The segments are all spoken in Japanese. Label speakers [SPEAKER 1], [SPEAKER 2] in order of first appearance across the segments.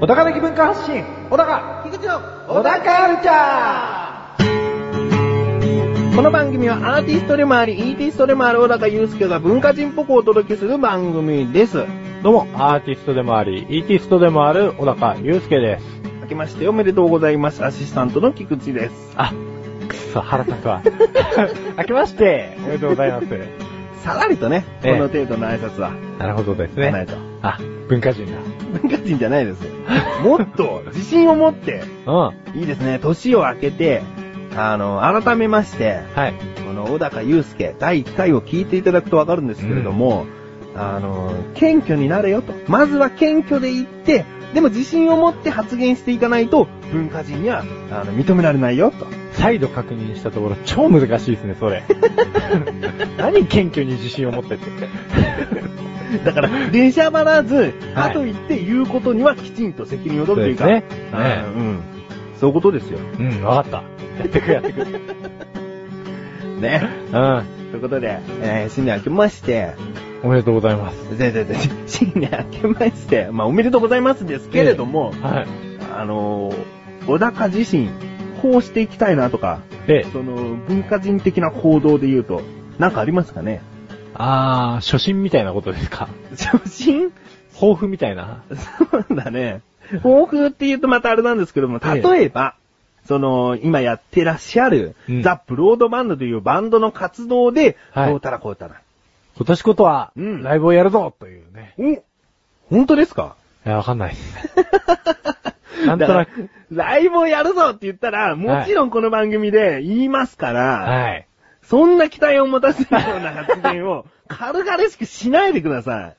[SPEAKER 1] 小高的文化発信、小高、
[SPEAKER 2] 菊池の
[SPEAKER 1] 小高カルチャーこの番組はアーティストでもあり、イーティストでもある小高祐介が文化人っぽくお届けする番組です。どうも、
[SPEAKER 2] アーティストでもあり、イーティストでもある小高祐介です。
[SPEAKER 1] 明けましておめでとうございます。アシスタントの菊池です。
[SPEAKER 2] あ、くそ、腹立 つわ。明けまして、おめでとうございます。
[SPEAKER 1] さらりとね、こ
[SPEAKER 2] ええ
[SPEAKER 1] の程度の挨拶は、
[SPEAKER 2] なるほどです
[SPEAKER 1] やらない
[SPEAKER 2] ね。
[SPEAKER 1] と。
[SPEAKER 2] あ、文化人
[SPEAKER 1] 文化人じゃな いですよ。もっと自信を持って、
[SPEAKER 2] だ。うん。はい
[SPEAKER 1] いですね、年を明けて、あの、改めまして、
[SPEAKER 2] い。
[SPEAKER 1] この小高祐介第1回を聞いていただくとわかるんですけれども、あの、謙虚になれよと。まずは謙虚で言って、でも自信を持って発言していかないと、文化人には、あの、認められないよと。
[SPEAKER 2] 再度確認したところ、超難しいですね、そ れ。何謙虚に自信を持ってって。
[SPEAKER 1] だから、電車ばらず、
[SPEAKER 2] はい
[SPEAKER 1] あと言って言うことにはきちんと責任を取るというか、
[SPEAKER 2] そうですね
[SPEAKER 1] あ
[SPEAKER 2] ね
[SPEAKER 1] ーうん。そういうことですよ。
[SPEAKER 2] うん、わかった。やってく、やってく。うん。
[SPEAKER 1] ね。ということで、えー、新年明けまして、
[SPEAKER 2] おめでとうございます。
[SPEAKER 1] ででで新年明けまして、まあ、おめでとうございますですけれども、
[SPEAKER 2] はい。
[SPEAKER 1] あのー、小高自身、こうしていきたいなとか、
[SPEAKER 2] で、
[SPEAKER 1] その、文化人的な行動で言うと、なんかありますかね
[SPEAKER 2] あー、初心みたいなことですか。
[SPEAKER 1] 初心
[SPEAKER 2] 抱負みたいな。
[SPEAKER 1] そうだね。抱負って言うとまたあれなんですけども、
[SPEAKER 2] ええ
[SPEAKER 1] 例えば、その、今やってらっしゃる、
[SPEAKER 2] うん
[SPEAKER 1] ザ・ブロードバンドというバンドの活動で、
[SPEAKER 2] はい
[SPEAKER 1] こうたらこうたら。
[SPEAKER 2] 今年ことは、
[SPEAKER 1] うん
[SPEAKER 2] ライブをやるぞというね。
[SPEAKER 1] お本当ですか
[SPEAKER 2] いや、わかんないっす。 なんとなく。。
[SPEAKER 1] ライブをやるぞって言ったら、もちろんこの番組で言いますから、
[SPEAKER 2] はい。
[SPEAKER 1] そんな期待を持たせるような発 言を軽々しくしないでください。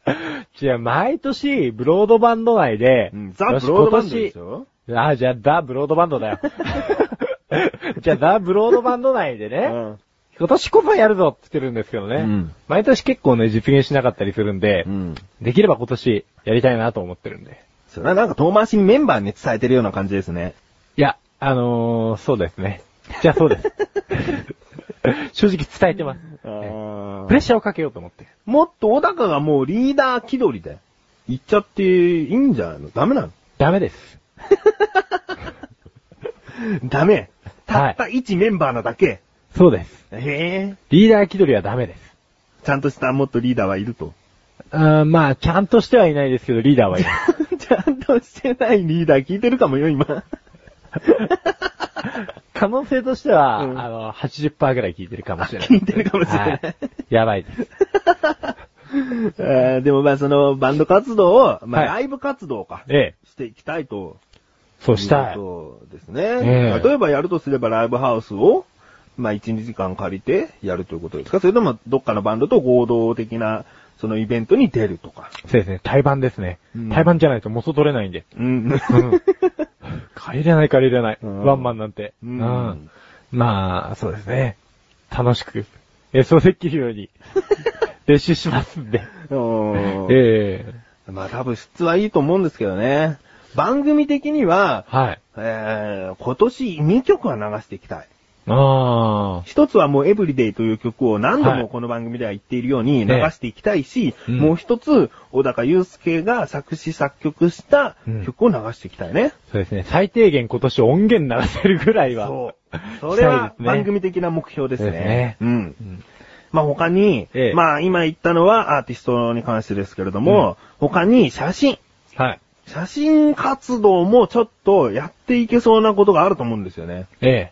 [SPEAKER 2] じゃあ、毎年、ブロードバンド内で、
[SPEAKER 1] ザ・
[SPEAKER 2] よし
[SPEAKER 1] ブロードバンドでしょ
[SPEAKER 2] 今年あ、じゃあ、ザ・ブロードバンド だよ。じゃあ、ザ・ブロードバンド内でね、
[SPEAKER 1] うん
[SPEAKER 2] 今年こそやるぞって言ってるんですけどね、
[SPEAKER 1] うん
[SPEAKER 2] 毎年結構ね、実現しなかったりするんで、
[SPEAKER 1] うん。
[SPEAKER 2] できれば今年やりたいなと思ってるんで。
[SPEAKER 1] それはなんか遠回しにメンバーに伝えてるような感じですね。
[SPEAKER 2] いや、あのー、そうですね。じゃあ、そう です。正直伝えてます。プレッシャーをかけようと思って。
[SPEAKER 1] もっと小高がもうリーダー気取りで、行っちゃっていいんじゃないのダメなの
[SPEAKER 2] ダメです。
[SPEAKER 1] ダメ。たった一メンバーなだけ。
[SPEAKER 2] そうです。
[SPEAKER 1] へえ。
[SPEAKER 2] リーダー気取りはダメです。
[SPEAKER 1] ちゃんとしたもっとリーダーはいると。
[SPEAKER 2] うーん、まあ、ちゃんとしてはいないですけど、リーダーはいます。
[SPEAKER 1] ちゃんとしてないリーダー聞いてるかもよ、今。
[SPEAKER 2] 可能性としては、
[SPEAKER 1] うん
[SPEAKER 2] あの、80%ぐらい聞いてるかもしれない。
[SPEAKER 1] 聞いてるかもしれない
[SPEAKER 2] はいやばいです。
[SPEAKER 1] えーでもまあそのバンド活動を、まあ
[SPEAKER 2] は
[SPEAKER 1] ライブ活動か、
[SPEAKER 2] ええ。
[SPEAKER 1] していきたいと。
[SPEAKER 2] そうしたい。
[SPEAKER 1] そうですね、
[SPEAKER 2] ええ
[SPEAKER 1] 例えばやるとすればライブハウスを、まあ1、2時間借りてやるということですかそれともどっかのバンドと合同的な、そのイベントに出るとか。
[SPEAKER 2] そうですね、対バンですね
[SPEAKER 1] うん。
[SPEAKER 2] 対バンじゃないと元取れないんで。
[SPEAKER 1] うん。
[SPEAKER 2] うん。帰れない帰れない。
[SPEAKER 1] うん
[SPEAKER 2] ワンマンなんて。
[SPEAKER 1] う
[SPEAKER 2] うんん。まあ、そうですね。楽しく、演奏できるよう に、練習しますんで。
[SPEAKER 1] うん
[SPEAKER 2] え
[SPEAKER 1] まあ多分質はいいと思うんですけどね。番組的には
[SPEAKER 2] え、はい。
[SPEAKER 1] えー今年2曲は流していきたい。
[SPEAKER 2] あ
[SPEAKER 1] 一つはもうエブリデイという曲を何度
[SPEAKER 2] は
[SPEAKER 1] も
[SPEAKER 2] い
[SPEAKER 1] この番組では言っているように流
[SPEAKER 2] ね
[SPEAKER 1] していきたいし、
[SPEAKER 2] うん
[SPEAKER 1] もう一つ、小高祐介が作詞作曲した曲を流していきたいね。
[SPEAKER 2] あ。そうですね。最低限今年音源鳴らせるぐらいは。
[SPEAKER 1] そう。 それは
[SPEAKER 2] したいですね
[SPEAKER 1] 番組的な目標ですね。
[SPEAKER 2] ですね
[SPEAKER 1] うん
[SPEAKER 2] う。ん。
[SPEAKER 1] まあ他に、
[SPEAKER 2] ええ
[SPEAKER 1] まあ今言ったのはアーティストに関してですけれども、他に写真。
[SPEAKER 2] はい。
[SPEAKER 1] 写真活動もちょっとやっていけそうなことがあると思うんですよね。
[SPEAKER 2] ええ。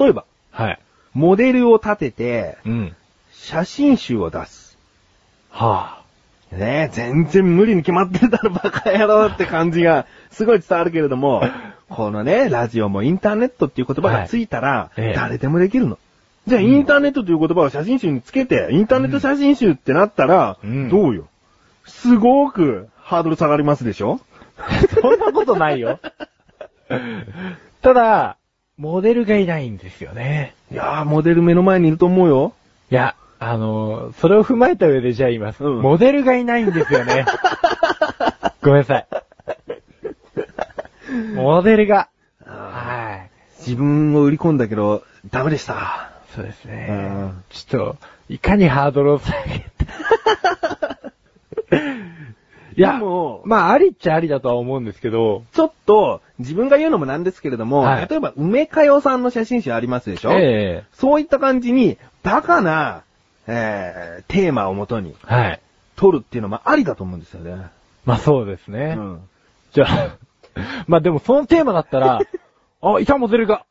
[SPEAKER 1] 例えば、
[SPEAKER 2] はい。
[SPEAKER 1] モデルを立てて、
[SPEAKER 2] うん。
[SPEAKER 1] 写真集を出す。
[SPEAKER 2] は
[SPEAKER 1] ねえ、全然無理に決まってたらバカ野郎って感じがすごい伝わるけれ ども、このね、ラジオもインターネットっていう言葉がついた
[SPEAKER 2] は
[SPEAKER 1] ら、
[SPEAKER 2] いええ
[SPEAKER 1] 誰でもできるの。じゃあインターネットという言葉を写真集につけて、インターネット写真集ってなったら、
[SPEAKER 2] うん
[SPEAKER 1] どうよ。すごくハードル下がりますでしょ
[SPEAKER 2] あ。そんなことないよ。ただ、モデルがいないんですよね。
[SPEAKER 1] いやー、モデル目の前にいると思うよ。
[SPEAKER 2] いや、あのーそれを踏まえた上でじゃあ言います。
[SPEAKER 1] うん
[SPEAKER 2] モデルがいないんですよね。ごめんなさい。モデルが。はい。
[SPEAKER 1] 自分を売り込んだけど、ダメでした。
[SPEAKER 2] そうです
[SPEAKER 1] う
[SPEAKER 2] ね
[SPEAKER 1] ん。
[SPEAKER 2] ちょっと、いかにハードルを下げた。 いや、
[SPEAKER 1] でも
[SPEAKER 2] まあ、ありっちゃありだとは思うんですけど、
[SPEAKER 1] ちょっと、自分が言うのもなんですけれども、
[SPEAKER 2] はい
[SPEAKER 1] 例えば、梅かよさんの写真集ありますでしょ、
[SPEAKER 2] え
[SPEAKER 1] そういった感じに、バカな、えー、テーマをもとに
[SPEAKER 2] えはい。
[SPEAKER 1] 撮るっていうのもありだと思うんですよね。
[SPEAKER 2] まあそうです
[SPEAKER 1] う
[SPEAKER 2] ね。
[SPEAKER 1] ん。
[SPEAKER 2] じゃあ、 まあでもそのテーマだった ら、あ、いたモデルが。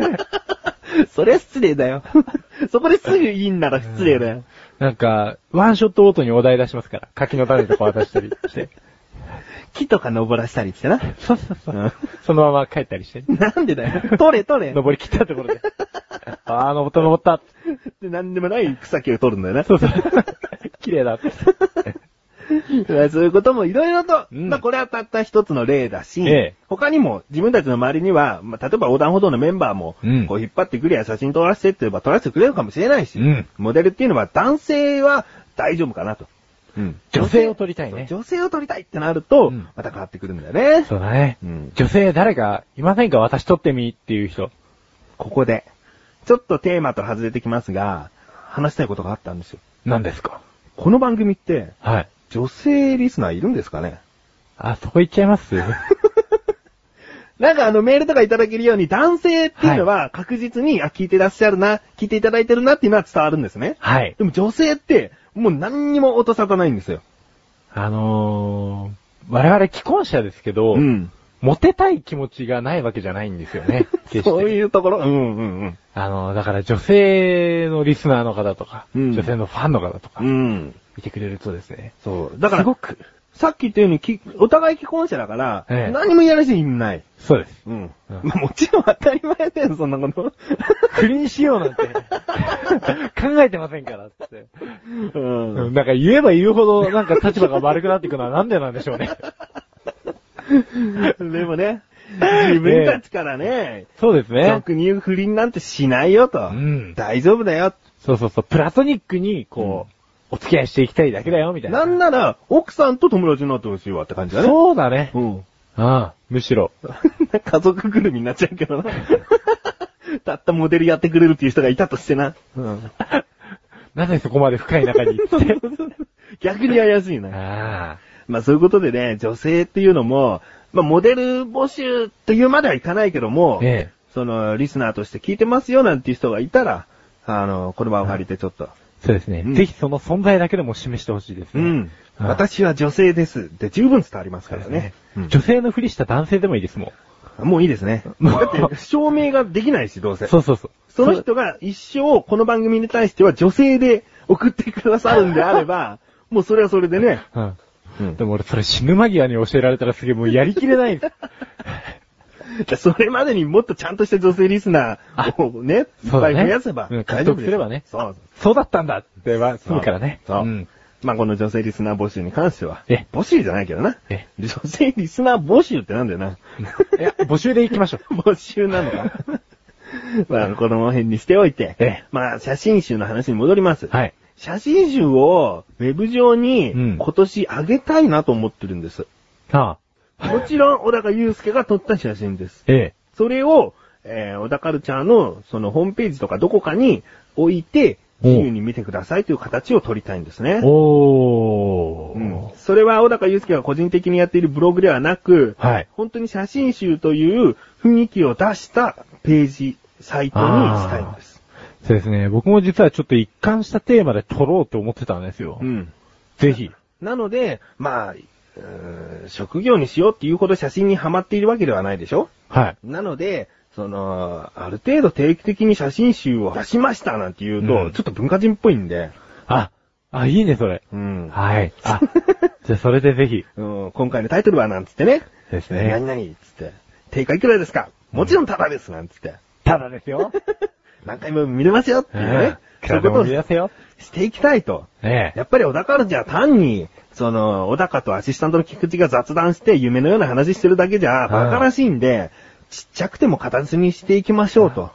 [SPEAKER 1] それは失礼だよ。 そこですぐいいんなら失礼だよ。
[SPEAKER 2] なんか、ワンショットごとにお題出しますから。柿の種とか渡したりして。
[SPEAKER 1] 木とか登らしたりしてな。。
[SPEAKER 2] そうそうそううんそのまま帰ったりして。
[SPEAKER 1] なんでだよ。撮れ撮れ。
[SPEAKER 2] 登り切ったところで。ああ、登った登った。
[SPEAKER 1] でなんでもない草木を撮るんだよな。
[SPEAKER 2] そう そう。綺麗だって。
[SPEAKER 1] そういうこともいろいろと、
[SPEAKER 2] うん
[SPEAKER 1] まあこれはたった一つの例だし、
[SPEAKER 2] ええ
[SPEAKER 1] 他にも自分たちの周りには、まあ例えば横断歩道のメンバーも、
[SPEAKER 2] うん
[SPEAKER 1] こう引っ張ってくりゃ写真撮らせてって言えば撮らせてくれるかもしれないし、
[SPEAKER 2] うん
[SPEAKER 1] モデルっていうのは男性は大丈夫かなと。うん
[SPEAKER 2] 女性を撮りたいね
[SPEAKER 1] そう女性を撮りたいってなると、
[SPEAKER 2] うん
[SPEAKER 1] また変わってくるんだよね。
[SPEAKER 2] そうだね。
[SPEAKER 1] うん
[SPEAKER 2] 女性誰かいませんか私撮ってみっていう人。
[SPEAKER 1] ここで、ちょっとテーマと外れてきますが、話したいことがあったんですよ。
[SPEAKER 2] 何ですか
[SPEAKER 1] この番組って、
[SPEAKER 2] はい。
[SPEAKER 1] 女性リスナーいるんですかね
[SPEAKER 2] あ、そこ行っちゃいます
[SPEAKER 1] なんかあのメールとかいただけるように男性っていうのは確実に、あ、聞いてらっしゃるな、聞いていただいてるなっていうのは伝わるんですね。
[SPEAKER 2] はい。
[SPEAKER 1] でも女性って、もう何にも落とさないんですよ。
[SPEAKER 2] あのー、我々既婚者ですけど、
[SPEAKER 1] ん。
[SPEAKER 2] モテたい気持ちがないわけじゃないんですよね。決して。
[SPEAKER 1] そういうところ。うんうんうん。
[SPEAKER 2] あの、だから女性のリスナーの方とか、
[SPEAKER 1] うん
[SPEAKER 2] 女性のファンの方とか、
[SPEAKER 1] うん。
[SPEAKER 2] 見てくれるとですね。
[SPEAKER 1] そう。だから、
[SPEAKER 2] すごく、
[SPEAKER 1] さっき言ったようにき、お互い既婚者だから、
[SPEAKER 2] ええ
[SPEAKER 1] 何もやらしい意味ない。
[SPEAKER 2] そう です。
[SPEAKER 1] うん。
[SPEAKER 2] うん
[SPEAKER 1] まあもちろん当たり前だよ、そんなこと。
[SPEAKER 2] 国にしようなん て、考えてませんから、つって。
[SPEAKER 1] うん
[SPEAKER 2] うんなんか言えば言うほど、なんか立場が丸くなっていくのはなんでなんでしょう ね。
[SPEAKER 1] でもね、自分たちからね、
[SPEAKER 2] そうですね。
[SPEAKER 1] 俗に言う不倫なんてしないよと。
[SPEAKER 2] うん
[SPEAKER 1] 大丈夫だよ。
[SPEAKER 2] そうそうそう。プラトニックに、こう、お付き合いしていきたいだけだよ、みたいな。
[SPEAKER 1] なんなら、奥さんと友達になってほしいわって感じだね。
[SPEAKER 2] そうだね。
[SPEAKER 1] うん。
[SPEAKER 2] うん。むしろ。
[SPEAKER 1] 家族ぐるみになっちゃうけど な。たったモデルやってくれるっていう人がいたとしてな。うん。
[SPEAKER 2] なぜそこまで深い中に行って。
[SPEAKER 1] 逆に怪しいな。
[SPEAKER 2] ああ。
[SPEAKER 1] まあそういうことでね、女性っていうのも、まあモデル募集というまではいかないけども、
[SPEAKER 2] ええ。
[SPEAKER 1] その、リスナーとして聞いてますよなんていう人がいたら、あの、この場を借りてちょっと、
[SPEAKER 2] そうですね
[SPEAKER 1] うん。
[SPEAKER 2] ぜひその存在だけでも示してほしいです
[SPEAKER 1] う
[SPEAKER 2] ね。
[SPEAKER 1] ん。
[SPEAKER 2] うん
[SPEAKER 1] 私は女性です。で、十分伝わります
[SPEAKER 2] そ
[SPEAKER 1] か
[SPEAKER 2] うで
[SPEAKER 1] ら
[SPEAKER 2] す
[SPEAKER 1] ね
[SPEAKER 2] ね。。
[SPEAKER 1] うん
[SPEAKER 2] 女性のふりした男性でもいいですもん。
[SPEAKER 1] もういいですね。
[SPEAKER 2] もう
[SPEAKER 1] だって、証明ができないし、どうせ。
[SPEAKER 2] そうそうそう。
[SPEAKER 1] その人が一生この番組に対しては女性で送ってくださるんであれ ば、もうそれはそれでね。
[SPEAKER 2] うん。
[SPEAKER 1] うん
[SPEAKER 2] でも俺それ死ぬ間際に教えられたらすげえもうやりきれないです。
[SPEAKER 1] それまでにもっとちゃんとした女性リスナーをね、いっ
[SPEAKER 2] そうだ
[SPEAKER 1] ぱい
[SPEAKER 2] ね
[SPEAKER 1] 増やせば、
[SPEAKER 2] うん
[SPEAKER 1] 大丈
[SPEAKER 2] 獲
[SPEAKER 1] 夫で
[SPEAKER 2] 得
[SPEAKER 1] す
[SPEAKER 2] すればね
[SPEAKER 1] そう。
[SPEAKER 2] そうだったんだっては済むからね。
[SPEAKER 1] そう。
[SPEAKER 2] ん。
[SPEAKER 1] まあ、この女性リスナー募集に関しては。
[SPEAKER 2] え
[SPEAKER 1] 募集じゃないけどな。
[SPEAKER 2] え
[SPEAKER 1] 女性リスナー募集ってなんだよな。
[SPEAKER 2] いや、募集で行きましょう。
[SPEAKER 1] 募集なのか。まあ、この辺にしておいて。
[SPEAKER 2] ええ
[SPEAKER 1] まあ、写真集の話に戻ります。
[SPEAKER 2] はい。
[SPEAKER 1] 写真集をウェブ上に
[SPEAKER 2] うん
[SPEAKER 1] 今年上げたいなと思ってるんです。
[SPEAKER 2] ああ。
[SPEAKER 1] もちろん、小高祐介が撮った写真です。
[SPEAKER 2] ええ。
[SPEAKER 1] それを、えー、小田カルチャーの、そのホームページとかどこかに置いて、自由に見てくださいという形を取りたいんですね。
[SPEAKER 2] おー。
[SPEAKER 1] うん、それは小高祐介が個人的にやっているブログではなく、
[SPEAKER 2] はい。
[SPEAKER 1] 本当に写真集という雰囲気を出したページ、サイトにしたいんです。
[SPEAKER 2] そうですね。僕も実はちょっと一貫したテーマで撮ろうと思ってたんですよ。
[SPEAKER 1] うん。
[SPEAKER 2] ぜひ。
[SPEAKER 1] なので、まあ、うーん職業にしようっていうほど写真にハマっているわけではないでしょ
[SPEAKER 2] はい。
[SPEAKER 1] なので、その、ある程度定期的に写真集を出しましたなんて言うと、
[SPEAKER 2] うん
[SPEAKER 1] ちょっと文化人っぽいんで、
[SPEAKER 2] あ、あ、いいね、それ。
[SPEAKER 1] うん。
[SPEAKER 2] はい。あ、じゃあそれでぜひ。
[SPEAKER 1] うん今回のタイトルはなんつってね、
[SPEAKER 2] です
[SPEAKER 1] 何。々っつって、定価いくらですかもちろんタダですなんつって、
[SPEAKER 2] ただですよ。
[SPEAKER 1] 何回も見れますよっていうね、
[SPEAKER 2] い
[SPEAKER 1] そう
[SPEAKER 2] くら
[SPEAKER 1] い
[SPEAKER 2] で
[SPEAKER 1] うこと
[SPEAKER 2] も
[SPEAKER 1] を
[SPEAKER 2] 見出せよ。
[SPEAKER 1] していきたいと。
[SPEAKER 2] ね
[SPEAKER 1] やっぱり小高ルじゃ単に、その、小高とアシスタントの菊池が雑談して夢のような話してるだけじゃ馬鹿らしいんで、ちっちゃくても形にしていきましょうと。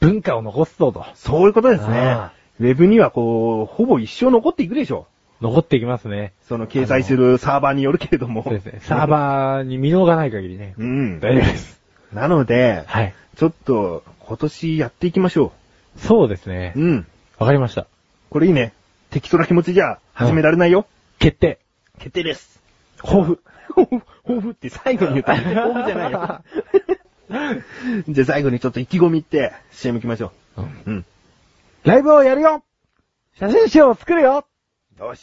[SPEAKER 2] 文化を残すぞと。
[SPEAKER 1] そういうことですね
[SPEAKER 2] ああ。
[SPEAKER 1] ウェブにはこう、ほぼ一生残っていくでしょ
[SPEAKER 2] 残っていきますね。
[SPEAKER 1] う。その掲載するサーバーによるけれども。
[SPEAKER 2] そうですね。サーバーに見ようがない限りね。
[SPEAKER 1] うん。
[SPEAKER 2] 大丈夫です。
[SPEAKER 1] なので、
[SPEAKER 2] はい。
[SPEAKER 1] ちょっと、今年やっていきましょ
[SPEAKER 2] そうですね
[SPEAKER 1] う。。うん。
[SPEAKER 2] わかりました。
[SPEAKER 1] これいいね。適当な気持ちじゃ、始められないよ。
[SPEAKER 2] 決定。
[SPEAKER 1] 決定です。
[SPEAKER 2] 抱負。
[SPEAKER 1] 抱負って最後 に言った。抱負じゃないよ。じゃあ最後にちょっと意気込みって、CM 行きましょう。うん。
[SPEAKER 2] ライブをやるよ写真集を作るよ
[SPEAKER 1] よし。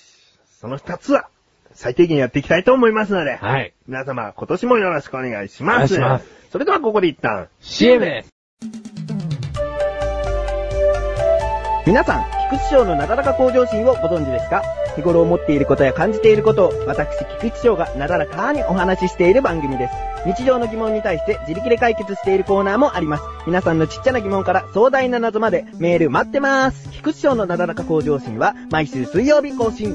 [SPEAKER 1] その二つは、最低限やっていきたいと思いますので、
[SPEAKER 2] はい。
[SPEAKER 1] 皆様、今年もよろしくお願いします。
[SPEAKER 2] お願いします
[SPEAKER 1] それではここで一旦、
[SPEAKER 2] CM です。
[SPEAKER 1] 皆さん、菊池賞のなだらか向上心をご存知ですか日頃思っていることや感じていることを、私、菊池賞がなだらかにお話ししている番組です。日常の疑問に対して自力で解決しているコーナーもあります。皆さんのちっちゃな疑問から壮大な謎までメール待ってます。菊池賞のなだらか向上心は毎週水曜日更新。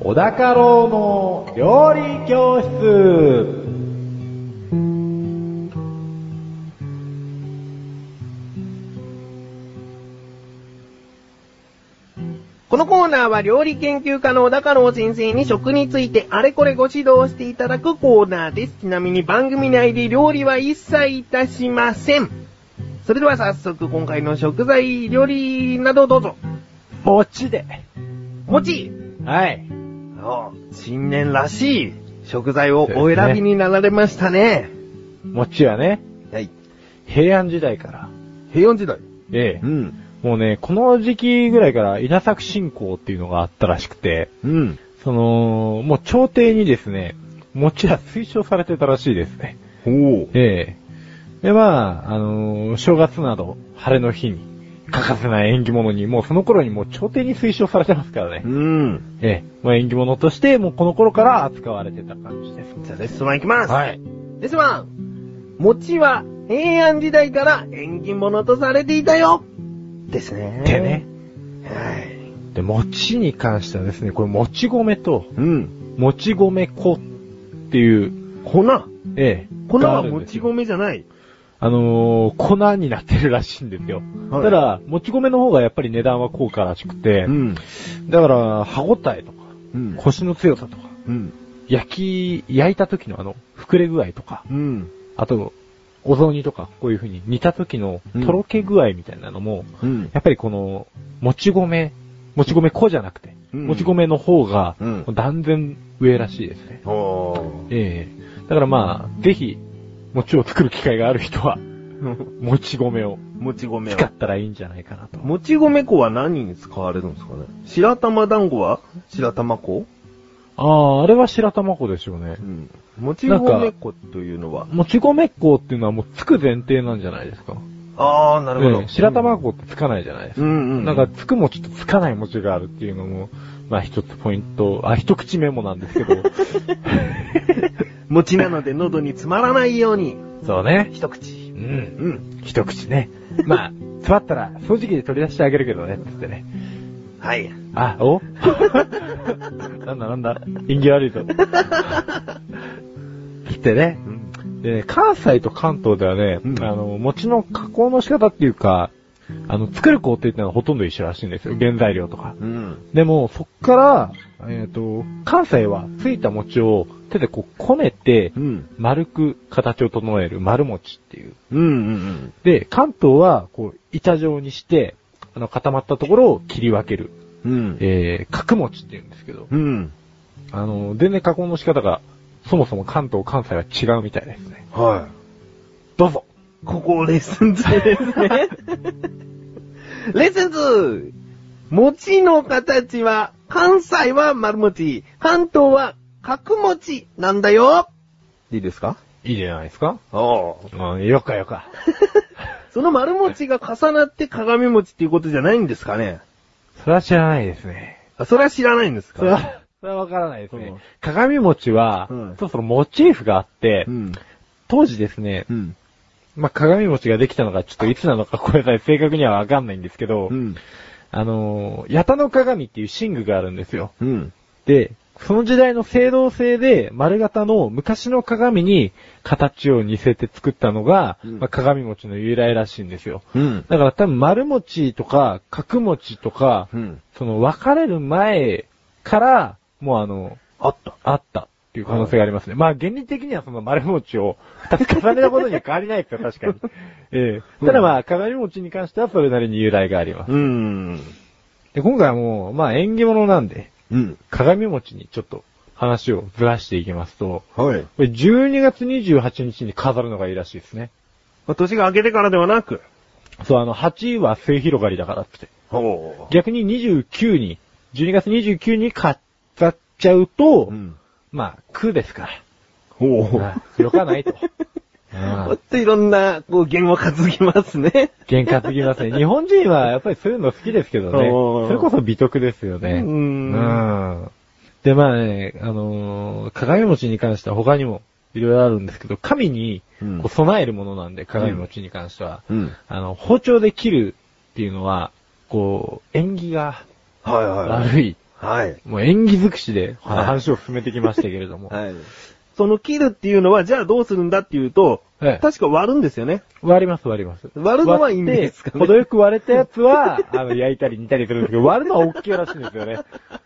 [SPEAKER 2] 小高郎の料理教室。
[SPEAKER 1] このコーナーは料理研究家の小高郎先生に食についてあれこれご指導していただくコーナーです。ちなみに番組内で料理は一切いたしません。それでは早速今回の食材、料理などどうぞ。
[SPEAKER 2] 餅で。
[SPEAKER 1] 餅
[SPEAKER 2] はい。
[SPEAKER 1] あ新年らしい食材をお選びになられましたね。
[SPEAKER 2] 餅はね、
[SPEAKER 1] はい。
[SPEAKER 2] 平安時代から。
[SPEAKER 1] 平安時代。
[SPEAKER 2] ええ。
[SPEAKER 1] ん。
[SPEAKER 2] もうね、この時期ぐらいから稲作信仰っていうのがあったらしくて、
[SPEAKER 1] うん。
[SPEAKER 2] その、もう朝廷にですね、餅は推奨されてたらしいですね。
[SPEAKER 1] ほう。
[SPEAKER 2] ええ。で、まあ、あのー正月など、晴れの日に、欠かせない縁起物に、もうその頃にもう朝廷に推奨されてますからね。
[SPEAKER 1] ん。
[SPEAKER 2] ええ。まあ、縁起物として、もうこの頃から扱われてた感じです。
[SPEAKER 1] じゃあレッスン1行きます。
[SPEAKER 2] はい。
[SPEAKER 1] ですが、餅は平安時代から縁起物とされていたよですね。
[SPEAKER 2] でね。。
[SPEAKER 1] はい。
[SPEAKER 2] で、餅に関してはですね、これ、餅米と、
[SPEAKER 1] うん。
[SPEAKER 2] 餅米粉っていう、
[SPEAKER 1] 粉
[SPEAKER 2] ええ。
[SPEAKER 1] 粉
[SPEAKER 2] があ
[SPEAKER 1] は
[SPEAKER 2] るんです
[SPEAKER 1] 餅
[SPEAKER 2] よ。
[SPEAKER 1] 米じゃない。
[SPEAKER 2] あのー粉になってるらしいんですよ。
[SPEAKER 1] はい
[SPEAKER 2] ただ、餅米の方がやっぱり値段は高価らしくて、
[SPEAKER 1] ん。
[SPEAKER 2] だから、歯応えとか、
[SPEAKER 1] うん
[SPEAKER 2] 腰の強さとか、
[SPEAKER 1] うん。
[SPEAKER 2] 焼き、焼いた時のあの、膨れ具合とか、
[SPEAKER 1] うん。
[SPEAKER 2] あと、お雑煮とか、こういう風に煮た時の
[SPEAKER 1] うん
[SPEAKER 2] とろけ具合みたいなのも、
[SPEAKER 1] うん。
[SPEAKER 2] やっぱりこの、もち米、もち米粉じゃなくて、
[SPEAKER 1] うん
[SPEAKER 2] もち米の方が
[SPEAKER 1] うん、
[SPEAKER 2] 断然上らしいですね。
[SPEAKER 1] お
[SPEAKER 2] ええだからまあ、ぜひ、餅を作る機会がある人は、
[SPEAKER 1] ー。
[SPEAKER 2] もち米を
[SPEAKER 1] 餅米
[SPEAKER 2] 使
[SPEAKER 1] は
[SPEAKER 2] っ。たらいいんじゃないかなと。
[SPEAKER 1] 餅米粉は何に使われるんですかね白玉団子は白玉粉
[SPEAKER 2] ああ、あれは白玉粉でしょうね
[SPEAKER 1] う。ん。餅米粉というのは
[SPEAKER 2] もち米粉っていうのはもうつく前提なんじゃないですか。
[SPEAKER 1] あー、なるほ
[SPEAKER 2] ええ
[SPEAKER 1] ど。
[SPEAKER 2] 白玉粉ってつかないじゃないですか
[SPEAKER 1] うんうん。
[SPEAKER 2] なんか、、つく餅とつかない餅があるっていうのも、まあ一つポイント、あ、一口メモなんですけ ど。
[SPEAKER 1] 餅なので喉に詰まらないように、
[SPEAKER 2] そうね。
[SPEAKER 1] 一
[SPEAKER 2] う
[SPEAKER 1] 口。
[SPEAKER 2] ん。
[SPEAKER 1] うん。
[SPEAKER 2] 一口ね。まあ、詰まったら、掃除機で取り出してあげるけどね、つってね。
[SPEAKER 1] はい。
[SPEAKER 2] あ、 おなんだなんだ、縁起悪 いぞ。つってね。でね、関西と関東ではね、
[SPEAKER 1] うん
[SPEAKER 2] あの、餅の加工の仕方っていうか、あの、作る工程っていうのはほとんど一緒らしいんですよ。原材料とか。
[SPEAKER 1] うん。
[SPEAKER 2] でも、そっから、えっ、と、関西はついた餅を手でこうこねて、
[SPEAKER 1] うん。
[SPEAKER 2] 丸く形を整える丸餅っていう。
[SPEAKER 1] うんうん
[SPEAKER 2] で、関東は、こう、板状にして、あの、固まったところを切り分ける。
[SPEAKER 1] うん。うん。
[SPEAKER 2] えー、角餅って言うんですけど、
[SPEAKER 1] うん。
[SPEAKER 2] あの、全然加工の仕方が、そもそも関東、関西は違うみたいですね。
[SPEAKER 1] はい。
[SPEAKER 2] どうぞ
[SPEAKER 1] ここ、レッスンズですね。レッスンズ餅の形は、関西は丸餅、関東は角餅なんだよいいですか
[SPEAKER 2] いいじゃないですか
[SPEAKER 1] ああ。
[SPEAKER 2] うん、よかよか。
[SPEAKER 1] その丸餅が重なって鏡餅っていうことじゃないんですかね
[SPEAKER 2] それは知らないですね。
[SPEAKER 1] あそれは知らないんです
[SPEAKER 2] それ
[SPEAKER 1] か
[SPEAKER 2] は、それはわからないです
[SPEAKER 1] う
[SPEAKER 2] ね
[SPEAKER 1] ん。
[SPEAKER 2] 鏡餅は、
[SPEAKER 1] うん
[SPEAKER 2] そろそろモチーフがあって、
[SPEAKER 1] ん。
[SPEAKER 2] 当時ですね、
[SPEAKER 1] うん。
[SPEAKER 2] まあ、鏡餅ができたのがちょっといつなのかこれさえ正確にはわかんないんですけど、
[SPEAKER 1] ん。
[SPEAKER 2] あのー、八田の鏡っていう寝具があるんですよ。
[SPEAKER 1] うん。
[SPEAKER 2] で、その時代の青銅製で丸型の昔の鏡に形を似せて作ったのが、
[SPEAKER 1] うん
[SPEAKER 2] まあ鏡餅の由来らしいんですよ。
[SPEAKER 1] うん。
[SPEAKER 2] だから多分丸餅とか角餅とか、
[SPEAKER 1] うん。
[SPEAKER 2] その別れる前から、もうあの、
[SPEAKER 1] あった。
[SPEAKER 2] あったっていう可能性がありますね。まあ原理的にはその丸餅を2つ重ねたことには変わりないで すよ、確かに。ええただまあ鏡餅に関してはそれなりに由来があります。
[SPEAKER 1] うん。
[SPEAKER 2] で、今回はもう、まあ縁起物なんで、
[SPEAKER 1] うん。
[SPEAKER 2] 鏡餅にちょっと話をずらしていきますと、
[SPEAKER 1] はい。
[SPEAKER 2] これ12月28日に飾るのがいいらしいですね。
[SPEAKER 1] 年が明けてからではなく、
[SPEAKER 2] そう、あの、8位は末広がりだからって。
[SPEAKER 1] ほ
[SPEAKER 2] 逆に29に、12月29に飾っちゃうと、
[SPEAKER 1] ん。
[SPEAKER 2] まあ、空ですから。
[SPEAKER 1] ほう。
[SPEAKER 2] まあよかない と。
[SPEAKER 1] ほんといろんな、こう、言語担ぎますね。
[SPEAKER 2] 喧嘩すぎますね。日本人はやっぱりそういうの好きですけどね。
[SPEAKER 1] おー
[SPEAKER 2] それこそ美徳ですよね。
[SPEAKER 1] うん
[SPEAKER 2] うんで、まあね、あのー鏡餅に関しては他にもいろいろあるんですけど、神に
[SPEAKER 1] うん
[SPEAKER 2] こう備えるものなんで、鏡餅に関しては。
[SPEAKER 1] うん。
[SPEAKER 2] あの、包丁で切るっていうのは、こう、縁起が
[SPEAKER 1] はいはい。
[SPEAKER 2] 悪い。
[SPEAKER 1] はい。
[SPEAKER 2] もう縁起尽くしであの
[SPEAKER 1] はい
[SPEAKER 2] 話を進めてきましたけれども。
[SPEAKER 1] はい。その切るっていうのは、じゃあどうするんだっていうと、
[SPEAKER 2] ええ
[SPEAKER 1] 確か割るんですよね。
[SPEAKER 2] 割ります、割ります。
[SPEAKER 1] 割るのはいいんですかね
[SPEAKER 2] 割って程よく割れたやつは、 あの、焼いたり煮たりするんですけど、割るのは OK らしいんですよね。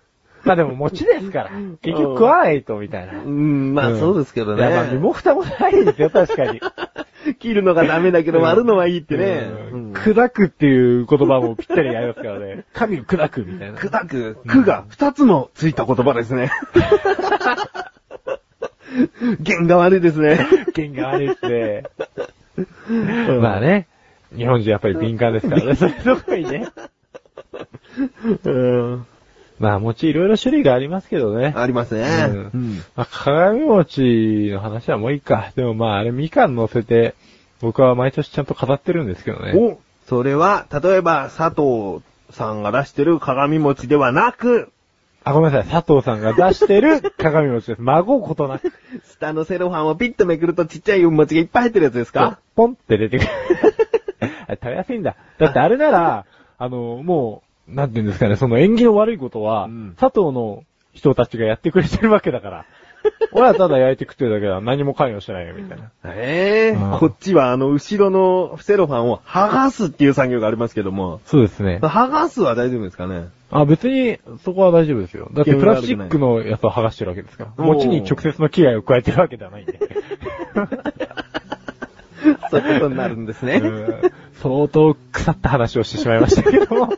[SPEAKER 2] まあでも餅ですから、結局食わないと、みたいな。
[SPEAKER 1] うん、まあそうですけどね。
[SPEAKER 2] いや、まあ身も蓋もないですよ、確かに。
[SPEAKER 1] 切るのがダメだけど割るのはいいってね。
[SPEAKER 2] うん
[SPEAKER 1] く、
[SPEAKER 2] 砕くっていう言葉もぴったり合いますからね。神を砕くみたいな。
[SPEAKER 1] くだく、くが二つもついた言葉ですね。 弦が悪いですね。
[SPEAKER 2] 剣があるって。まあね。日本人やっぱり敏感ですからね。そういうとこにね。
[SPEAKER 1] うん。
[SPEAKER 2] まあ餅いろいろ種類がありますけどね。
[SPEAKER 1] ありますね。
[SPEAKER 2] うんまあ、鏡餅の話はもういいか。でもまあ、あれみかん乗せて、僕は毎年ちゃんと飾ってるんですけどね。
[SPEAKER 1] おそれは、例えば、佐藤さんが出してる鏡餅ではなく、
[SPEAKER 2] あ、ごめんなさい。佐藤さんが出してる 鏡餅です。孫ことなく。
[SPEAKER 1] 下のセロハンをピッとめくるとちっちゃい雲餅がいっぱい入ってるやつですか
[SPEAKER 2] ポンって出て くる。あれ食べやすいんだ。だってあれなら、あの、もう、なんていうんですかね、その縁起の悪いことは、
[SPEAKER 1] うん
[SPEAKER 2] 佐藤の人たちがやってくれてるわけだ から。俺はただ焼いて食ってるだけだ。何も関与してないよ、みたいな。
[SPEAKER 1] ええ
[SPEAKER 2] うん
[SPEAKER 1] こっちはあの、後ろのセロハンを剥がすっていう作業がありますけども、
[SPEAKER 2] そうですね。
[SPEAKER 1] 剥がすは大丈夫ですか ね
[SPEAKER 2] あ、別に、そこは大丈夫ですよ。だってプラスチックのやつを剥がしてるわけですから。
[SPEAKER 1] おー
[SPEAKER 2] 餅に直接の危害を加えてるわけではないんで。
[SPEAKER 1] そういうことになるんですね。
[SPEAKER 2] うん相当腐った話をしてしまいましたけど も。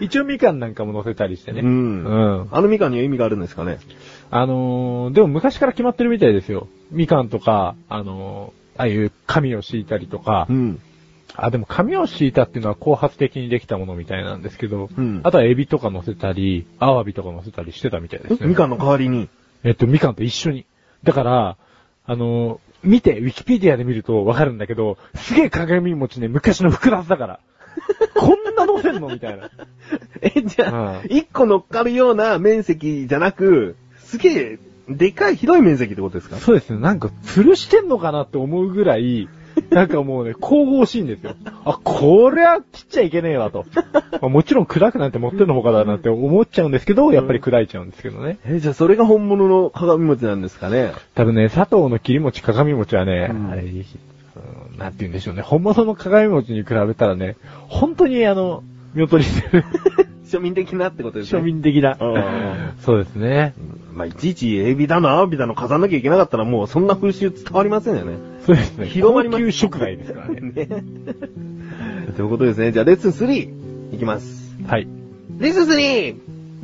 [SPEAKER 2] 一応みかんなんかも乗せたりしてね。
[SPEAKER 1] うん
[SPEAKER 2] うん
[SPEAKER 1] あのみかんには意味があるんですかね
[SPEAKER 2] あのー、でも昔から決まってるみたいですよ。みかんとか、あのー、ああいう紙を敷いたりとか、
[SPEAKER 1] ん。
[SPEAKER 2] あ、でも紙を敷いたっていうのは後発的にできたものみたいなんですけど、
[SPEAKER 1] うん
[SPEAKER 2] あとはエビとか乗せたり、アワビとか乗せたりしてたみたいですね。
[SPEAKER 1] みかんの代わりに。
[SPEAKER 2] えっと、みかんと一緒に。だから、あのー見て、ウィキペディアで見るとわかるんだけど、すげえ鏡餅ね、昔の複雑だから。 こんな乗せんのみたいな。
[SPEAKER 1] え、じゃあ、
[SPEAKER 2] うん
[SPEAKER 1] 一、個乗っかるような面積じゃなく、すげえ、でかい、広い面積ってことですか
[SPEAKER 2] そうですね、なんか吊るしてんのかなって思うぐらい、なんかもうね、神々しいんですよ。あ、こりゃ切っちゃいけねえわと。まあもちろん砕くなんて持ってんのほかだなんて思っちゃうんですけど、やっぱり砕いちゃうんですけどね。
[SPEAKER 1] え、じゃあそれが本物の鏡餅なんですかね
[SPEAKER 2] 多分ね、佐藤の切り餅、鏡餅はね、
[SPEAKER 1] うん
[SPEAKER 2] あれ、うんなんて言うんでしょうね。本物の鏡餅に比べたらね、本当にあの、見劣りする。
[SPEAKER 1] 庶民的なってことです ね。
[SPEAKER 2] 庶。民的な
[SPEAKER 1] うん。
[SPEAKER 2] そうですね。
[SPEAKER 1] まあ、いちいちエビだの、アワビだの飾んなきゃいけなかったらもうそんな風習伝わりませんよね。
[SPEAKER 2] そうですね。
[SPEAKER 1] 広まりま
[SPEAKER 2] 高
[SPEAKER 1] す
[SPEAKER 2] 級食材ですからね。
[SPEAKER 1] ね。 ということですね。じゃあレッスン3、いきます。
[SPEAKER 2] はい。
[SPEAKER 1] レッスン 3!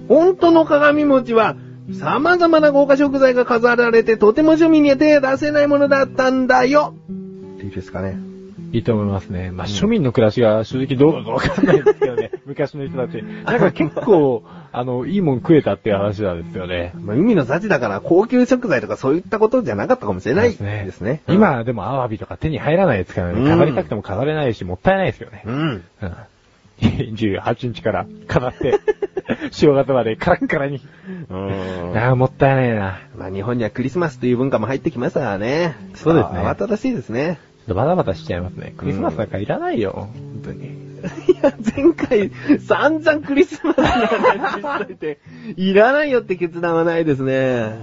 [SPEAKER 1] 本当の鏡餅は、様々な豪華食材が飾られて、とても庶民には手を出せないものだったんだよいいですかね。
[SPEAKER 2] いいと思いますね。まあ、庶民の暮らしが正直どうかわかんないですけど ね。昔の人たち。なんか結構、あの、いいもん食えたっていう話なんですよね。
[SPEAKER 1] まあ、海の幸だから高級食材とかそういったことじゃなかったかもしれないですね。
[SPEAKER 2] うん今、でもアワビとか手に入らないですから
[SPEAKER 1] うん
[SPEAKER 2] ね。飾りたくても飾れないし、もったいないですよね。
[SPEAKER 1] うん。
[SPEAKER 2] うん。18日 から飾って、 正月までカラッカラに。
[SPEAKER 1] うん。
[SPEAKER 2] ああ、もったいないな。
[SPEAKER 1] まあ日本にはクリスマスという文化も入ってきましたからね。
[SPEAKER 2] そうですね
[SPEAKER 1] ちょっと慌ただしいですね。
[SPEAKER 2] ちょっとバタバタしちゃいますね。クリスマスなんかいらないよ。本当に。
[SPEAKER 1] いや、前回、散々クリスマスの話しといて、いらないよって決断はないです ね。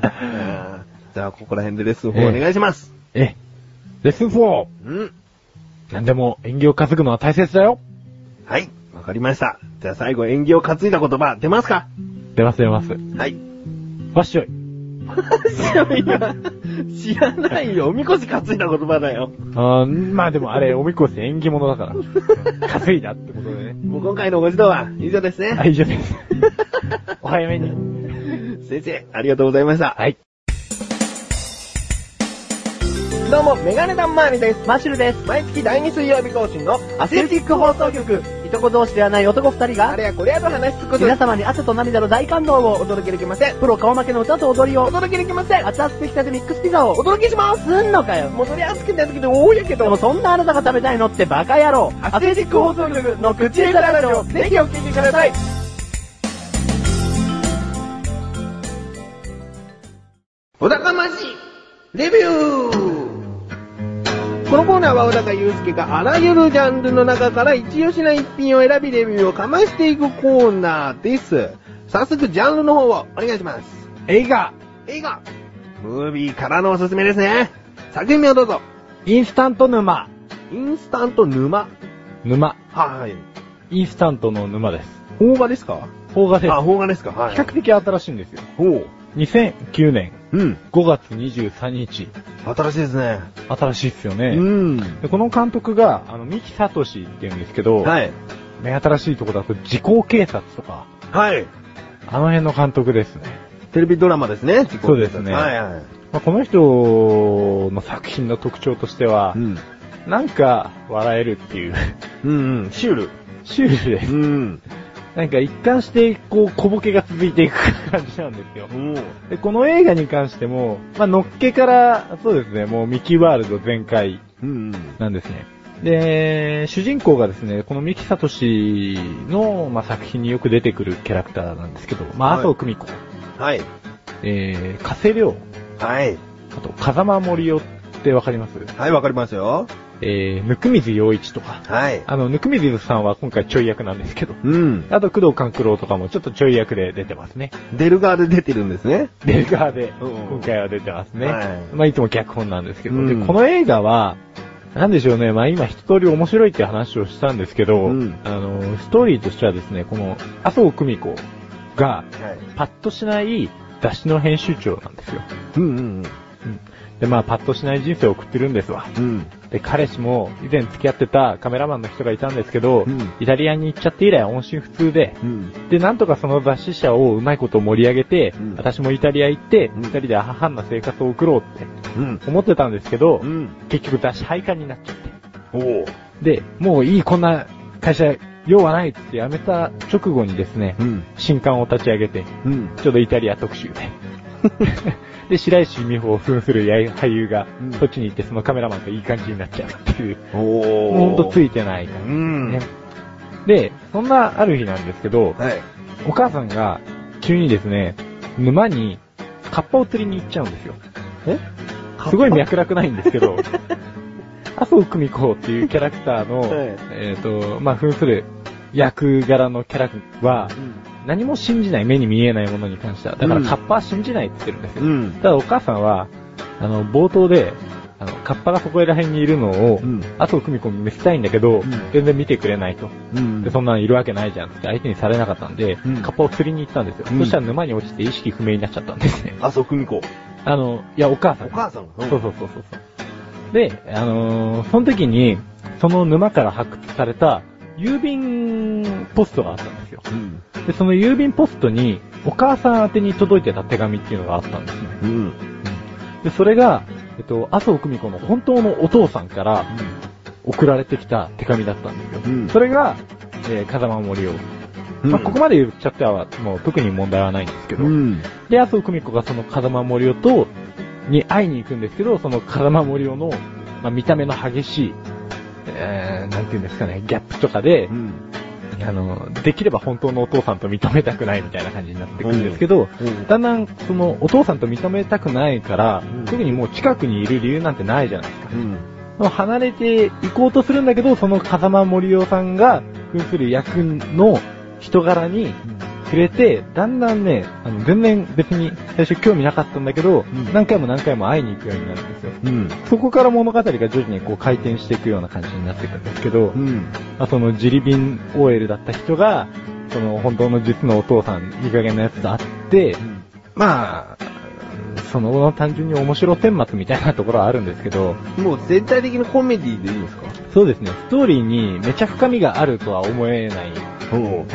[SPEAKER 1] じゃあ、ここら辺でレッスン4お願いします。
[SPEAKER 2] え、レッスン 4!
[SPEAKER 1] うん。
[SPEAKER 2] なんでも、演技を担ぐのは大切だよ。
[SPEAKER 1] はい。わかりました。じゃあ最後、縁起を担いだ言葉、出ますか
[SPEAKER 2] 出ます出ます。フ
[SPEAKER 1] はい。
[SPEAKER 2] ァッショイ。
[SPEAKER 1] 知らないよ。おみこし担いだ言葉だよ。
[SPEAKER 2] あーまあでもあれ、おみこし縁起物だ から。稼いだってことでね。
[SPEAKER 1] もう今回のご指導は以上ですね。
[SPEAKER 2] はい、以上 です。お早めに。
[SPEAKER 1] 先生、ありがとうございました。
[SPEAKER 2] はい。
[SPEAKER 1] どうも、メガネタンマーニです。マッシュルです。毎月第2水曜日更新のアスレチック放送局。
[SPEAKER 3] いとこ同士ではない男二人
[SPEAKER 1] あ
[SPEAKER 3] が、
[SPEAKER 1] れやこれやと話しつくことで
[SPEAKER 3] 皆様に汗と涙の大感動
[SPEAKER 1] お
[SPEAKER 3] を、
[SPEAKER 1] 届けできません。
[SPEAKER 3] プロ顔負けの歌と踊り
[SPEAKER 1] お
[SPEAKER 3] を、
[SPEAKER 1] 届けできません。
[SPEAKER 3] 熱々出来たてミックスピザ
[SPEAKER 1] お
[SPEAKER 3] を、
[SPEAKER 1] 届けします。
[SPEAKER 3] すんのかよ。
[SPEAKER 1] もうそりゃ好きな時で多いやけ
[SPEAKER 3] でも
[SPEAKER 1] ど。
[SPEAKER 3] そんなあなたが食べたいのってバカ野郎。
[SPEAKER 1] アスレチック放送局の口下手ラジオ、ぜひお聞きください。お高ましレビューこのコーナーは小高祐介があらゆるジャンルの中から一押しな一品を選びレビューをかましていくコーナーです。早速ジャンルの方をお願いします。
[SPEAKER 2] 映画、
[SPEAKER 1] 映画ムービーからのおすすめですね。作品名をどうぞ。
[SPEAKER 2] インスタント沼。
[SPEAKER 1] インスタント沼。
[SPEAKER 2] 沼。
[SPEAKER 1] はい。
[SPEAKER 2] インスタントの沼です。
[SPEAKER 1] 邦画ですか
[SPEAKER 2] 邦画です。
[SPEAKER 1] あ、邦画ですかはい。
[SPEAKER 2] 比較的新しいんですよ。
[SPEAKER 1] ほ
[SPEAKER 2] 2009年
[SPEAKER 1] う。うん。
[SPEAKER 2] 5月23日。
[SPEAKER 1] 新しいですね。
[SPEAKER 2] 新しいっすよ
[SPEAKER 1] う
[SPEAKER 2] ね。
[SPEAKER 1] ん。
[SPEAKER 2] でこの監督が、あの、三木聡って言うんですけど、
[SPEAKER 1] はい。
[SPEAKER 2] 目新しいとこだと、時効警察とか、
[SPEAKER 1] はい。
[SPEAKER 2] あの辺の監督ですね。
[SPEAKER 1] テレビドラマですね。
[SPEAKER 2] そうですね
[SPEAKER 1] はいはい。
[SPEAKER 2] まあ、この人の作品の特徴としては、
[SPEAKER 1] ん。
[SPEAKER 2] なんか笑えるっていう、
[SPEAKER 1] うんうん。シュール。
[SPEAKER 2] シュールです。
[SPEAKER 1] ん。
[SPEAKER 2] なんか一貫して、こう、小ボケが続いていく感じなんですよ。
[SPEAKER 1] お
[SPEAKER 2] で、この映画に関しても、まあ、のっけから、そうですね、もうミキワールド全開
[SPEAKER 1] うん。
[SPEAKER 2] なんですね。で、主人公がですね、この三木聡の、まあ、作品によく出てくるキャラクターなんですけど、まあ、
[SPEAKER 1] はい
[SPEAKER 2] 麻生久美子、
[SPEAKER 1] はい。
[SPEAKER 2] えー、加瀬亮、
[SPEAKER 1] はい。
[SPEAKER 2] あと、風間森夫ってわかります
[SPEAKER 1] はい、わかりますよ。
[SPEAKER 2] えー、ぬくみず洋一とか。
[SPEAKER 1] はい。
[SPEAKER 2] あの、ぬくみずさんは今回ちょい役なんですけど。
[SPEAKER 1] うん。
[SPEAKER 2] あと、工藤官九郎とかもちょっとちょい役で出てますね。
[SPEAKER 1] 出る側で出てるんですね。
[SPEAKER 2] 出る側で、
[SPEAKER 1] うんうん
[SPEAKER 2] 今回は出てますね。
[SPEAKER 1] はい
[SPEAKER 2] まあ、いつも脚本なんですけど。
[SPEAKER 1] うん
[SPEAKER 2] で、この映画は、なんでしょうね、まあ今一通り面白いって話をしたんですけど、
[SPEAKER 1] うん
[SPEAKER 2] あの、ストーリーとしてはですね、この、麻生久美子が、
[SPEAKER 1] はい。
[SPEAKER 2] パッとしない雑誌の編集長なんですよ。
[SPEAKER 1] うんうん
[SPEAKER 2] うんで、まあ、パッとしない人生を送ってるんですわ。
[SPEAKER 1] うん。
[SPEAKER 2] で、彼氏も以前付き合ってたカメラマンの人がいたんですけど、
[SPEAKER 1] うん
[SPEAKER 2] イタリアに行っちゃって以来音信不通で、
[SPEAKER 1] うん。
[SPEAKER 2] で、なんとかその雑誌社をうまいこと盛り上げて、
[SPEAKER 1] うん
[SPEAKER 2] 私もイタリア行って、
[SPEAKER 1] うん
[SPEAKER 2] 二人でアハハンな生活を送ろうって
[SPEAKER 1] うん。
[SPEAKER 2] 思ってたんですけど、
[SPEAKER 1] うん。
[SPEAKER 2] 結局雑誌廃刊になっちゃっ
[SPEAKER 1] おお。
[SPEAKER 2] て。で、もういいこんな会社用はないって辞めた直後にですね、
[SPEAKER 1] ん。
[SPEAKER 2] 新刊を立ち上げて、
[SPEAKER 1] うん。
[SPEAKER 2] ちょうどイタリア特 集で。で、白石美穂を扮する俳優が
[SPEAKER 1] うん、
[SPEAKER 2] そっちに行ってそのカメラマンといい感じになっちゃうっていう。
[SPEAKER 1] おお。
[SPEAKER 2] ほんとつ
[SPEAKER 1] い。
[SPEAKER 2] いてない感
[SPEAKER 1] う
[SPEAKER 2] じ
[SPEAKER 1] ん。
[SPEAKER 2] ね。で、そんなある日なんですけど、
[SPEAKER 1] はい。
[SPEAKER 2] お母さんが急にですね、沼にカッパを釣りに行っちゃうんですよ。
[SPEAKER 1] え
[SPEAKER 2] すごい脈絡ないんですけど、麻生久美子っていうキャラクターの、
[SPEAKER 1] はい
[SPEAKER 2] えっ、と、まあ、扮する役柄のキャラは、何も信じない、目に見えないものに関しては。だか
[SPEAKER 1] う
[SPEAKER 2] ら
[SPEAKER 1] ん
[SPEAKER 2] カッパは信じないって言ってるんですよ。
[SPEAKER 1] うん。
[SPEAKER 2] ただお母さんは、あの、冒頭で、あの、カッパがそこら辺にいるのを、
[SPEAKER 1] うん
[SPEAKER 2] 麻生久美子に見せたいんだけど、
[SPEAKER 1] ん
[SPEAKER 2] 全然見てくれないと。
[SPEAKER 1] うん
[SPEAKER 2] で、そんなのいるわけないじゃんって相手にされなかったんで、
[SPEAKER 1] うん
[SPEAKER 2] カッパを釣りに行ったんですよ。
[SPEAKER 1] うん
[SPEAKER 2] そしたら沼に落ちて意識不明になっちゃったんですね。
[SPEAKER 1] 麻生久美子。
[SPEAKER 2] あの、いや、お母さん
[SPEAKER 1] お
[SPEAKER 2] が。
[SPEAKER 1] 母さん。
[SPEAKER 2] そうそうそうそうそう。で、あのーその時に、その沼から発掘された、郵便ポストがあったんですよ。
[SPEAKER 1] うん。
[SPEAKER 2] で、その郵便ポストに、お母さん宛てに届いてた手紙っていうのがあったんですね。
[SPEAKER 1] うん。
[SPEAKER 2] で、それが、えっと、麻生久美子の本当のお父さんから送られてきた手紙だったんですよ。
[SPEAKER 1] うん
[SPEAKER 2] それが、えー、風間森夫。
[SPEAKER 1] うん。
[SPEAKER 2] まあ、ここまで言っちゃっては、もう特に問題はないんですけど。
[SPEAKER 1] うん。
[SPEAKER 2] で、麻生久美子がその風間森夫と、に会いに行くんですけど、その風間森夫の、まあ、見た目の激しい、えー、なんていうんですかね、ギャップとかで
[SPEAKER 1] う、ん。
[SPEAKER 2] あの、できれば本当のお父さんと認めたくないみたいな感じになってくるんですけど、
[SPEAKER 1] うん。
[SPEAKER 2] だんだん、その、お父さんと認めたくないから、
[SPEAKER 1] うん
[SPEAKER 2] 特にもう近くにいる理由なんてないじゃないですか。
[SPEAKER 1] うん。
[SPEAKER 2] 離れて行こうとするんだけど、その風間森夫さんが、扮する役の人柄に触れて、だんだんね、あの、全然別に最初興味なかったんだけど、
[SPEAKER 1] ん
[SPEAKER 2] 何回も何回も会いに行くようになるんですよ。
[SPEAKER 1] うん。
[SPEAKER 2] そこから物語が徐々にこう回転していくような感じになっていくんですけど、
[SPEAKER 1] うん。
[SPEAKER 2] まあ、そのジリビン OL だった人が、その本当の実のお父さん、いい加減なやつと会って、まあ、その後の単純に面白顛末みたいなところはあるんですけど、
[SPEAKER 1] もう全体的にコメディでいいんですか
[SPEAKER 2] そうですね、ストーリーにめちゃ深みがあるとは思えない
[SPEAKER 1] そう。うん。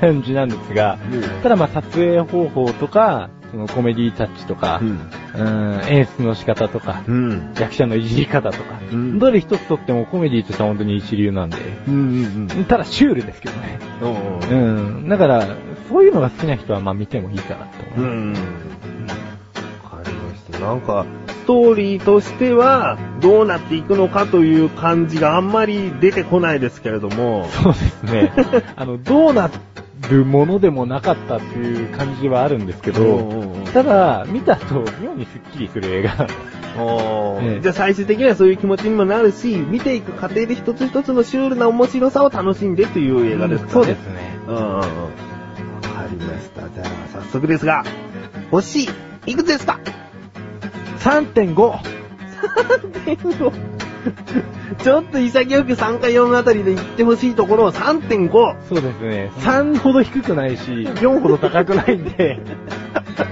[SPEAKER 2] 感じなんですが、ただまあ撮影方法とか、そのコメディタッチとか、うん演出の仕方とか、
[SPEAKER 1] うん。
[SPEAKER 2] 役者のいじり方とか、
[SPEAKER 1] うん
[SPEAKER 2] どれ一つとってもコメディとしては本当に一流なんで、
[SPEAKER 1] うんうん
[SPEAKER 2] ただシュールですけどね。
[SPEAKER 1] うん。
[SPEAKER 2] うん。だから、そういうのが好きな人はまあ見てもいいかなと
[SPEAKER 1] う
[SPEAKER 2] 思う。
[SPEAKER 1] ん。わかりました。なんか、ストーリーとしては、どうなっていくのかという感じがあんまり出てこないですけれども。
[SPEAKER 2] そうですね。 あの、どうなるものでもなかったっていう感じはあるんですけど、
[SPEAKER 1] うん
[SPEAKER 2] ただ、見たと妙にスッキリする映画。
[SPEAKER 1] おー
[SPEAKER 2] ええ
[SPEAKER 1] じゃあ最終的にはそういう気持ちにもなるし、見ていく過程で一つ一つのシュールな面白さを楽しんでという映画ですかね。
[SPEAKER 2] そうですね。
[SPEAKER 1] うんうんうん。わかりました。じゃあ早速ですが、星、いくつですか
[SPEAKER 2] 3.5!
[SPEAKER 1] ちょっと潔く3か4あたりで言ってほしいところを3.5。
[SPEAKER 2] そうですね。3ほど低くないし、4ほど高くないんで、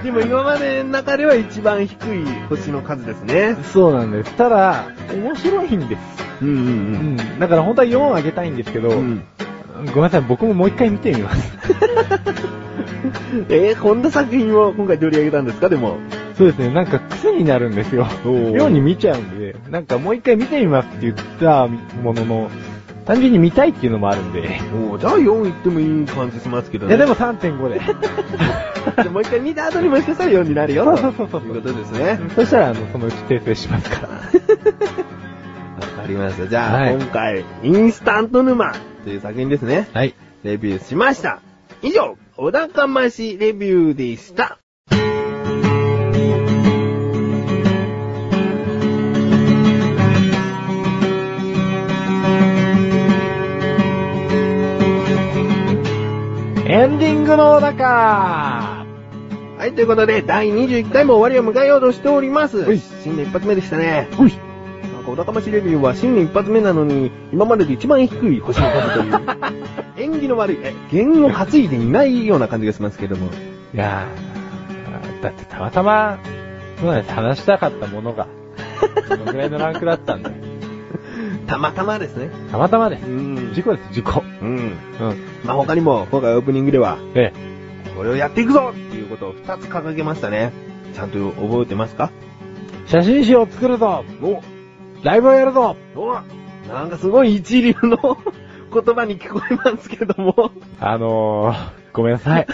[SPEAKER 1] でも今までの中では一番低い星の数ですね。
[SPEAKER 2] そうなんです。ただ、面白いんです。
[SPEAKER 1] うんう
[SPEAKER 2] うんん。だから本当は4あげたいんですけど、
[SPEAKER 1] うん。
[SPEAKER 2] ごめんなさい、僕ももう一回見てみます。
[SPEAKER 1] えー、こんな作品を今回取り上げたんですかでも。
[SPEAKER 2] そうですね、なんか癖になるんですよ。
[SPEAKER 1] おー
[SPEAKER 2] ように見ちゃうんで、なんかもう一回見てみますって言ったものの、単純に見たいっていうのもあるんで。
[SPEAKER 1] おーじゃあ4いってもいい感じしますけど
[SPEAKER 2] い
[SPEAKER 1] ね。
[SPEAKER 2] やでも3.5で。
[SPEAKER 1] じゃあもう一回見た後にもしかしたら4になるよ。
[SPEAKER 2] そうそうそうそう
[SPEAKER 1] ということですね。
[SPEAKER 2] そしたら、あの、そのうち訂正します から。
[SPEAKER 1] わかりました。じゃあ、
[SPEAKER 2] はい
[SPEAKER 1] 今回、インスタント沼という作品ですね。
[SPEAKER 2] はい。
[SPEAKER 1] レビューしました。以上、小高ましレビューでした。
[SPEAKER 2] エンディングの中
[SPEAKER 1] はい、ということで、第21回も終わりを迎えようとしております
[SPEAKER 2] はい。
[SPEAKER 1] 新年一発目でしたね。
[SPEAKER 2] ほい。
[SPEAKER 1] なんか、小高ましレビューは新年一発目なのに、今までで一番低い星の数と いう。演技の悪い、え、弦を担いでいないような感じがしますけども。
[SPEAKER 2] いやー、だってたまたま、そうなんです、話したかったものが、そのぐらいのランクだったんで。
[SPEAKER 1] たまたまですね。
[SPEAKER 2] たまたまです。
[SPEAKER 1] ん
[SPEAKER 2] 事故です、事故。
[SPEAKER 1] うん。
[SPEAKER 2] うん。
[SPEAKER 1] まあ、他にも、今回オープニングでは、
[SPEAKER 2] ええ。
[SPEAKER 1] これをやっていくぞっていうことを2つ掲げましたね。ちゃんと覚えてますか
[SPEAKER 2] 写真集を作るぞ
[SPEAKER 1] お
[SPEAKER 2] ライブをやるぞ
[SPEAKER 1] おなんかすごい一流の 言葉に聞こえますけども。
[SPEAKER 2] あのー、ごめんな さい。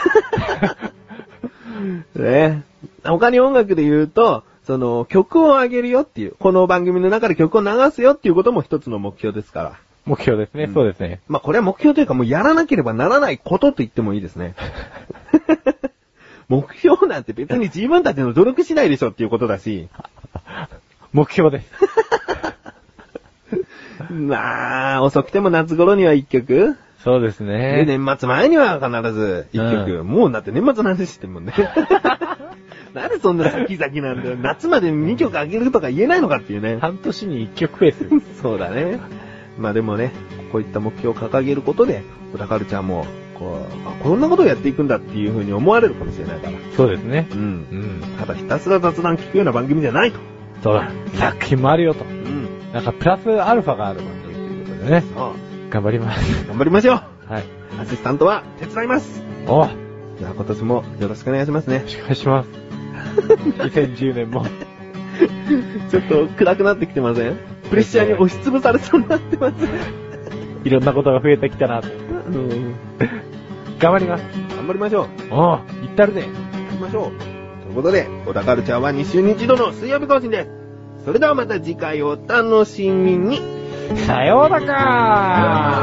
[SPEAKER 1] ね他に音楽で言うと、その曲を上げるよっていう、この番組の中で曲を流すよっていうことも一つの目標ですから。
[SPEAKER 2] 目標ですね、
[SPEAKER 1] ん
[SPEAKER 2] そうですね。
[SPEAKER 1] まあこれは目標というかもうやらなければならないことと言ってもいいですね。 目標なんて別に自分たちの努力次第でしょっていうことだし。
[SPEAKER 2] 目標です。
[SPEAKER 1] まあ、遅くても夏頃には一曲
[SPEAKER 2] そうです
[SPEAKER 1] で、
[SPEAKER 2] ね。
[SPEAKER 1] 年末前には必ず一曲。
[SPEAKER 2] う
[SPEAKER 1] もうだって年末の話してんもんね。 なんでそんな先々なんだよ。夏まで2曲あげるとか言えないのかっていうね。
[SPEAKER 2] 半年に一曲フェス。
[SPEAKER 1] そうだね。まあでもね、こういった目標を掲げることで、小田カルチャーも、こう、あこんなことをやっていくんだっていうふうに思われるかもしれないから。
[SPEAKER 2] そうですね
[SPEAKER 1] う。。
[SPEAKER 2] うんん。
[SPEAKER 1] ただひたすら雑談聞くような番組じゃないと。
[SPEAKER 2] そうだ。作品もあるよと。
[SPEAKER 1] うん。
[SPEAKER 2] なんかプラスアルファがある番組ということでね。
[SPEAKER 1] さあ、
[SPEAKER 2] 頑張ります。
[SPEAKER 1] 頑張りましょう
[SPEAKER 2] はい。
[SPEAKER 1] アシスタントは手伝います
[SPEAKER 2] およ
[SPEAKER 1] じゃあ今年もよろしくお願いしますね
[SPEAKER 2] ろ。しくお願いし ます。2010年も。
[SPEAKER 1] ちょっと暗くなってきてませんプレッシャーに押しつぶされそうになってます。
[SPEAKER 2] いろんなことが増えてきたなと。
[SPEAKER 1] うん
[SPEAKER 2] 頑張ります。
[SPEAKER 1] 頑張りましょう。
[SPEAKER 2] おう、行ったるで。
[SPEAKER 1] 行きましょう。ということで、小田カルチャーは2週に一度の水曜日更新です。それではまた次回お楽しみに。
[SPEAKER 2] さようなら